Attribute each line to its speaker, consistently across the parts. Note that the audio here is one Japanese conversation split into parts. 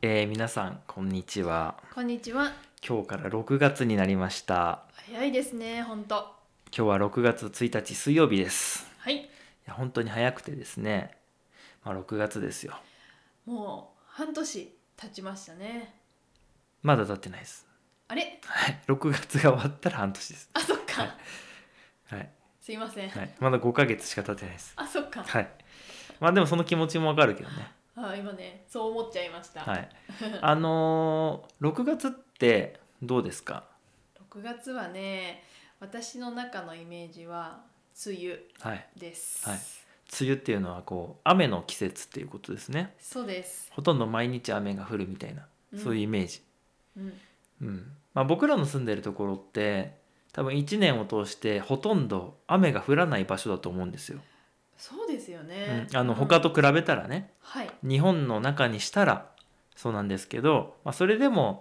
Speaker 1: えー皆さんこんにちは
Speaker 2: こんにちは。
Speaker 1: 今日から6月になりました
Speaker 2: 早いですね、本当。
Speaker 1: 今日は6月1日水曜日です
Speaker 2: はい。
Speaker 1: いや本当に早くてですねまあ6月ですよ
Speaker 2: もう半年経ちましたね。
Speaker 1: まだ経ってないです
Speaker 2: あれ、
Speaker 1: はい6月が終わったら半年です
Speaker 2: あそっか。
Speaker 1: はいはい、
Speaker 2: すいません。
Speaker 1: はい、まだ5ヶ月しか経ってないです
Speaker 2: あそっか。
Speaker 1: はいまあでもその気持ちもわかるけどね
Speaker 2: あ今ね、そう思っちゃいました。
Speaker 1: はいあのー、6月ってどうですか
Speaker 2: 6月はね、私の中のイメージは梅雨
Speaker 1: はい
Speaker 2: です。
Speaker 1: はい梅雨っていうのはこう雨の季節っていうことですね
Speaker 2: そうです。
Speaker 1: ほとんど毎日雨が降るみたいな、そういうイメージ、
Speaker 2: うん。うん。
Speaker 1: うんまあ、僕らの住んでるところって多分1年を通してほとんど雨が降らない場所だと思うんですよ、
Speaker 2: そうですよ
Speaker 1: う
Speaker 2: ね
Speaker 1: ん。、あの
Speaker 2: うん
Speaker 1: 他。と比べたらね
Speaker 2: はい。
Speaker 1: 日本の中にしたらそうなんですけど、まあ、それでも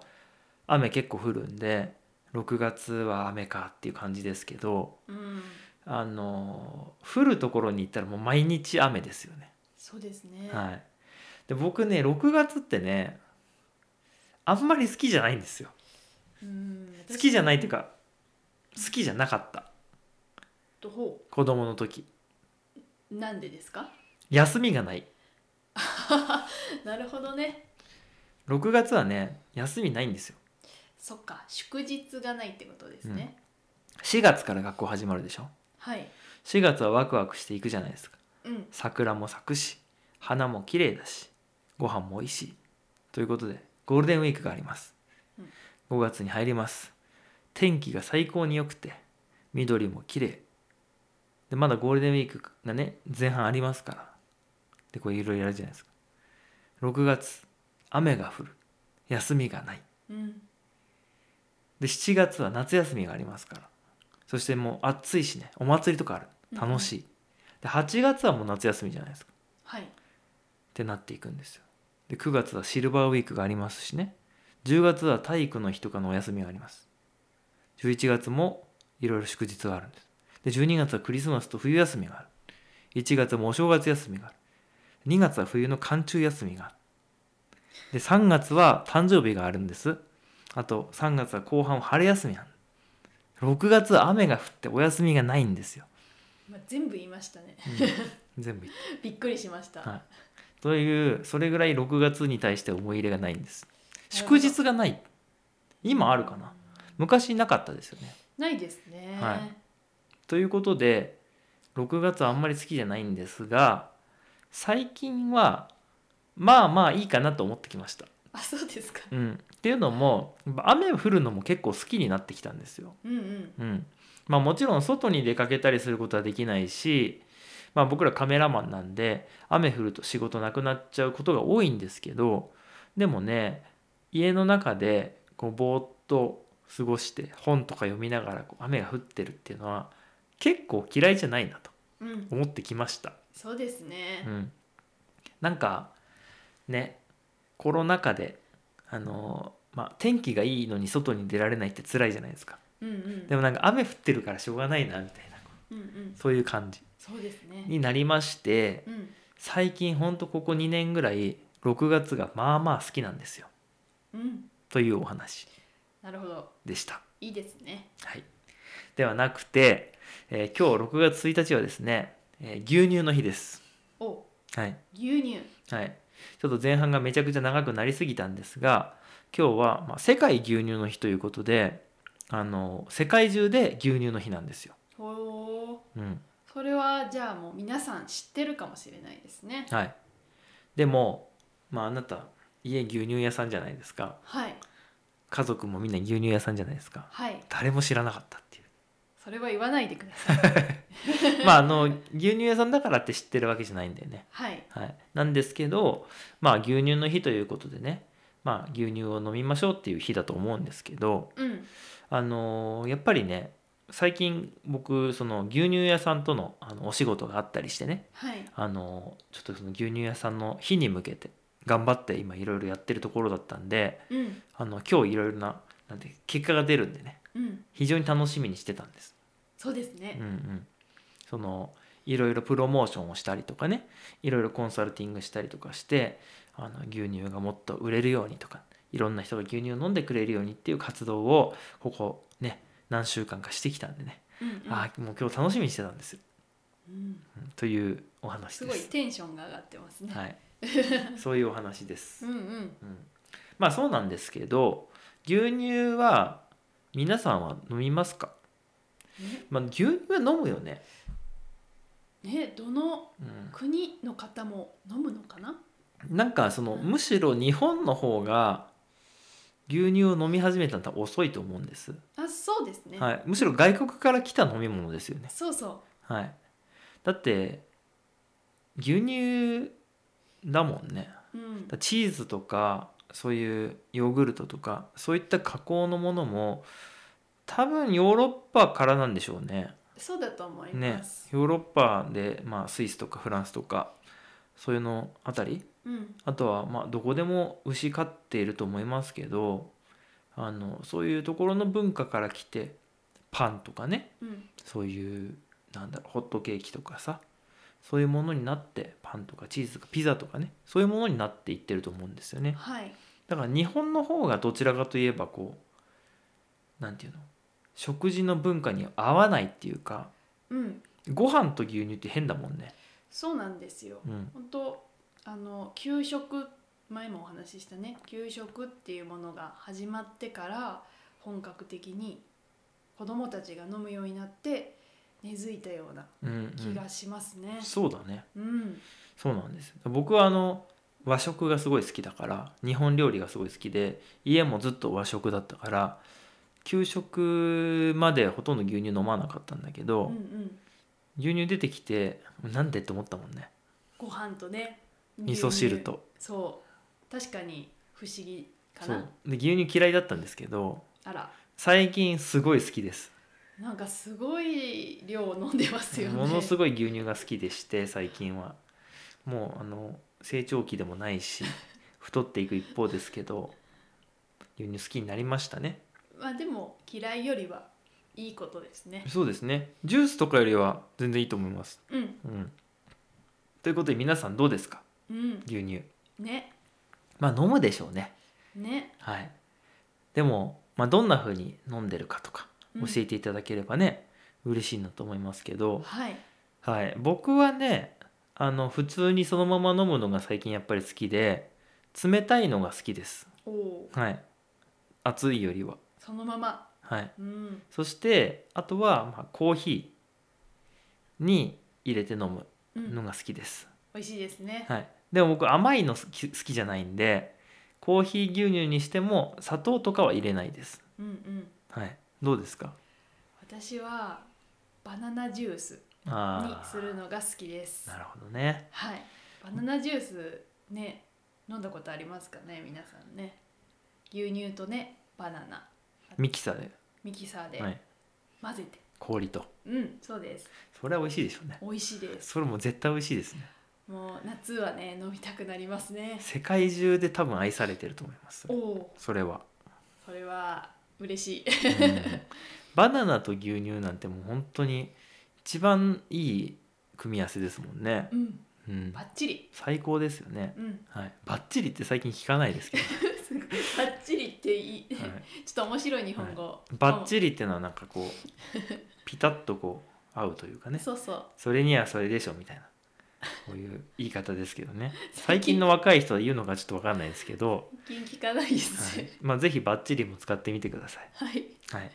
Speaker 1: 雨結構降るんで6月は雨かっていう感じですけど
Speaker 2: うん。
Speaker 1: あの降るところに行ったらもう毎日雨ですよね。
Speaker 2: そうですね。
Speaker 1: はい、で僕ね6月ってねあんまり好きじゃないんですよ。
Speaker 2: うん。
Speaker 1: 好きじゃないっていう
Speaker 2: か。
Speaker 1: か好きじゃなかった
Speaker 2: とほ
Speaker 1: 子供の時
Speaker 2: うなんでですか。
Speaker 1: 休みがない
Speaker 2: なるほどね。
Speaker 1: 6月はね休みないんですよ
Speaker 2: そっか。祝日がないってことですね。
Speaker 1: 4月から学校始まるでしょ
Speaker 2: はい。
Speaker 1: 4月はワクワクしていくじゃないですか
Speaker 2: うん。
Speaker 1: 桜も咲くし花も綺麗だしご飯も美味しいということでゴールデンウィークがあります
Speaker 2: うん
Speaker 1: 5月に入ります天気が最高に良くて緑も綺麗でまだゴールデンウィークがね前半ありますからでこれいろいろやるじゃないですか6月雨が降る休みがない
Speaker 2: うん。
Speaker 1: で7月は夏休みがありますからそしてもう暑いしねお祭りとかある楽しい、で8月はもう夏休みじゃないですか
Speaker 2: はい。
Speaker 1: ってなっていくんですよで9月はシルバーウィークがありますしね10月は体育の日とかのお休みがあります11月もいろいろ祝日があるんですで12月はクリスマスと冬休みがある1月もお正月休みがある2月は冬の寒中休みがあるで3月は誕生日があるんですあと3月は後半は春休みなん6月は雨が降ってお休みがないんですよ、
Speaker 2: まあ、全部言いましたね。
Speaker 1: うん全部言っ
Speaker 2: びっくりしました。
Speaker 1: はいというそれぐらい6月に対して思い入れがないんです
Speaker 2: なるほ
Speaker 1: 祝
Speaker 2: ど
Speaker 1: 日がない今あるかな昔なかったですよね
Speaker 2: ないですね。
Speaker 1: はということで6月はあんまり好きじゃないんですが最近はまあまあいいかなと思ってきました、
Speaker 2: あ、そうですか。
Speaker 1: うん、っていうのもやっぱ雨降るのも結構好きになってきたんですよ、
Speaker 2: うんうん。
Speaker 1: うんまあ、もちろん外に出かけたりすることはできないし、まあ、僕らカメラマンなんで雨降ると仕事なくなっちゃうことが多いんですけどでもね家の中でこうぼーっと過ごして本とか読みながらこう雨が降ってるっていうのは結構嫌いじゃないなと
Speaker 2: うん。
Speaker 1: 思ってきました。
Speaker 2: そうです
Speaker 1: う
Speaker 2: ね。
Speaker 1: ん、なんかねコロナ禍であの、まあ、天気がいいのに外に出られないって辛いじゃないですか。
Speaker 2: うんうん。
Speaker 1: でもなんか雨降ってるからしょうがないなみたいな
Speaker 2: うんうん。
Speaker 1: そういう感じ
Speaker 2: そうですね。
Speaker 1: になりまして
Speaker 2: うん。
Speaker 1: 最近ほんとここ2年ぐらい6月がまあまあ好きなんですよ
Speaker 2: うん。
Speaker 1: というお話
Speaker 2: なるほど。
Speaker 1: でした、
Speaker 2: いいですね。
Speaker 1: はい、ではなくて、えー今日6月1日はですね、えー牛乳の日です
Speaker 2: お、
Speaker 1: はい
Speaker 2: 牛乳。
Speaker 1: はいちょっと前半がめちゃくちゃ長くなりすぎたんですが今日は、まあ、世界牛乳の日ということであの世界中で牛乳の日なんですよ、
Speaker 2: ほー
Speaker 1: うん、
Speaker 2: それはじゃあもう皆さん知ってるかもしれないですね。
Speaker 1: はい、でも、まあ、あなた家牛乳屋さんじゃないですか
Speaker 2: はい。
Speaker 1: 家族もみんな牛乳屋さんじゃないですか
Speaker 2: はい。
Speaker 1: 誰も知らなかったってい
Speaker 2: それは言わないでくださ い。
Speaker 1: うまああの牛乳屋さんだからって知ってるわけじゃないんだよね、
Speaker 2: はい。
Speaker 1: はい、なんですけど、まあ、牛乳の日ということでね、まあ、牛乳を飲みましょうっていう日だと思うんですけど、
Speaker 2: うん。
Speaker 1: あのーやっぱりね最近僕その牛乳屋さんとのあのお仕事があったりしてね
Speaker 2: はい。
Speaker 1: あのちょっとその牛乳屋さんの日に向けて頑張って今いろいろやってるところだったんで
Speaker 2: うん。
Speaker 1: あの今日いろいろななんて結果が出るんでね
Speaker 2: うん。
Speaker 1: 非常に楽しみにしてたんです。
Speaker 2: そうです
Speaker 1: うん
Speaker 2: ね
Speaker 1: う。ん、そのいろいろプロモーションをしたりとかねいろいろコンサルティングしたりとかしてあの牛乳がもっと売れるようにとかいろんな人が牛乳を飲んでくれるようにっていう活動をここね何週間かしてきたんでね、
Speaker 2: うんうん
Speaker 1: ああもう今日楽しみにしてたんですよ、
Speaker 2: うん
Speaker 1: うんというお話
Speaker 2: す
Speaker 1: で
Speaker 2: ごい
Speaker 1: す。
Speaker 2: テンションが上がってますね。
Speaker 1: はい、そういうお話です
Speaker 2: うん。うん。
Speaker 1: うん、まあそうなんですけど牛乳は皆さんは飲みますか、まあ、牛乳は飲むよね、
Speaker 2: ね、どの
Speaker 1: う
Speaker 2: 国の方も飲むのかな。
Speaker 1: ん、なんかその
Speaker 2: うん
Speaker 1: むしろ日本の方が牛乳を飲み始めたのは遅いと思うんです、
Speaker 2: あ、そうですね。
Speaker 1: はい、むしろ外国から来た飲み物ですよね、
Speaker 2: そうそ
Speaker 1: はい、だって牛乳だもんね
Speaker 2: う。うん
Speaker 1: だか。らチーズとかそういうヨーグルトとかそういった加工のものも多分ヨーロッパからなんでしょうね。
Speaker 2: そうだと思いま
Speaker 1: ね
Speaker 2: す。
Speaker 1: ヨーロッパで、まあ、スイスとかフランスとかそういうのあたり
Speaker 2: うん。
Speaker 1: あとはまあどこでも牛飼っていると思いますけどあのそういうところの文化から来てパンとかね
Speaker 2: うん。
Speaker 1: そういうなんだろうホットケーキとかさそういうものになってパンとかチーズとかピザとかねそういうものになっていってると思うんですよね。
Speaker 2: はい。
Speaker 1: だから日本の方がどちらかといえばこうなんていうの食事の文化に合わないっていうか
Speaker 2: うん。
Speaker 1: ご飯と牛乳って変だもんね、
Speaker 2: そうなんですよ。
Speaker 1: うん、
Speaker 2: 本当あの給食前もお話ししたね給食っていうものが始まってから本格的に子どもたちが飲むようになって根付いたような
Speaker 1: うんうん
Speaker 2: 気がしますね。
Speaker 1: そうだね
Speaker 2: うん、
Speaker 1: そうなんです僕はあの和食がすごい好きだから日本料理がすごい好きで家もずっと和食だったから給食までほとんど牛乳飲まなかったんだけ
Speaker 2: う
Speaker 1: ど
Speaker 2: ん、、うん。
Speaker 1: 牛乳出てきてなんでって思ったもんね
Speaker 2: ご飯とね。
Speaker 1: 味噌汁。と
Speaker 2: そう。確かに不思議か
Speaker 1: そ
Speaker 2: な。
Speaker 1: うで牛乳嫌いだったんですけど
Speaker 2: あら、
Speaker 1: 最近すごい好きです
Speaker 2: なんかすごい量飲んでますよね。
Speaker 1: ものすごい牛乳が好きでして最近はもうあの成長期でもない し太っていく一方ですけど牛乳好きになりましたね
Speaker 2: まあでも嫌いよりはいいことですね。
Speaker 1: そうですねジュースとかよりは全然いいと思います
Speaker 2: うん、
Speaker 1: うんということで皆さんどうですか
Speaker 2: うん、
Speaker 1: 牛乳
Speaker 2: ね、
Speaker 1: まあ飲むでしょうね
Speaker 2: ね。
Speaker 1: はいでも、まあ、どんな風に飲んでるかとか
Speaker 2: うん
Speaker 1: 教えていただければね、嬉しいなと思いますけど
Speaker 2: はい。
Speaker 1: はい、僕はねあの普通にそのまま飲むのが最近やっぱり好きで冷たいのが好きです
Speaker 2: おお、
Speaker 1: はい熱いよりは
Speaker 2: そのまま。
Speaker 1: はい
Speaker 2: うん。
Speaker 1: そしてあとは、まあ、コーヒーに入れて飲む
Speaker 2: うん、
Speaker 1: の
Speaker 2: 美
Speaker 1: が好きです、
Speaker 2: 味しいですね。
Speaker 1: はい、でも僕甘いの好き好きじゃないんでコーヒー牛乳にしても砂糖とかは入れないです
Speaker 2: うんうん。
Speaker 1: はいどうですか
Speaker 2: 私はバナナジュースに
Speaker 1: あ
Speaker 2: する
Speaker 1: あ
Speaker 2: のが好きです。
Speaker 1: なるほどね
Speaker 2: はい。バナナジュースね、飲んだことありますかね、皆さんね。牛乳とね、バナナ、
Speaker 1: ミキサー
Speaker 2: ミキサー
Speaker 1: で、は
Speaker 2: で
Speaker 1: い、
Speaker 2: 混ぜて。
Speaker 1: 氷と
Speaker 2: うん、そうです。
Speaker 1: それは美味しいでしょうね
Speaker 2: 美味しいです。
Speaker 1: それも絶対美味しいですね
Speaker 2: もう夏はね、飲みたくなりますね。
Speaker 1: 世界中で多分愛されてると思います
Speaker 2: おお、
Speaker 1: それ は、
Speaker 2: それは嬉しい。
Speaker 1: うんバナナと牛乳なんてもう本当に一番いい組み合わせですもんね、
Speaker 2: うん、
Speaker 1: うん
Speaker 2: バ、ッチリ。
Speaker 1: 最高ですよね、
Speaker 2: うん、
Speaker 1: はい、バッチリって最近聞かないですけ
Speaker 2: すごいバッチリっていい。
Speaker 1: ど、はい、
Speaker 2: ちょっと面白い日本語。
Speaker 1: バッチリってのはなんかこうピタッとこう合うというかね
Speaker 2: そうそう。
Speaker 1: それにはそれでしょみたいなこういう言い方ですけど ね最近の若い人は言うのかちょっと分かんないですけど、
Speaker 2: 最近聞かないです
Speaker 1: は
Speaker 2: ね
Speaker 1: い。まあ、ぜひバッチリも使ってみてください
Speaker 2: はい。
Speaker 1: はい、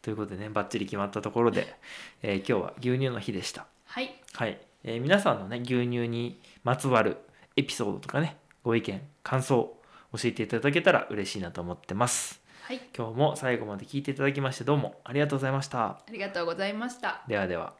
Speaker 1: ということでねバッチリ決まったところで、えー今日は牛乳の日でした、
Speaker 2: はい。
Speaker 1: はいえー皆さんのね牛乳にまつわるエピソードとかねご意見感想教えていただけたら嬉しいなと思ってます
Speaker 2: はい。
Speaker 1: 今日も最後まで聞いていただきましてどうもありがとうございました
Speaker 2: ありがとうございました。
Speaker 1: ではでは